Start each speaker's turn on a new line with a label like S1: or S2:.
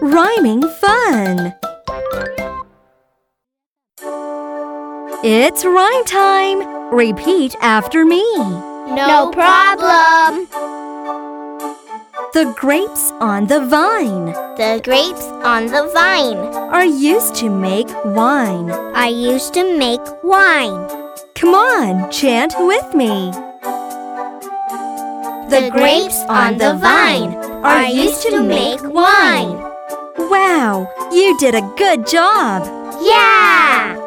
S1: Rhyming fun! It's rhyme time! Repeat after me.
S2: No problem.
S1: The grapes on the vine
S2: The grapes on the vine
S1: are used to make wine.
S2: are used to make wine.
S1: Come on, chant with me.
S2: The grapes on the vine are used to make wine.
S1: Wow, you did a good job!
S2: Yeah!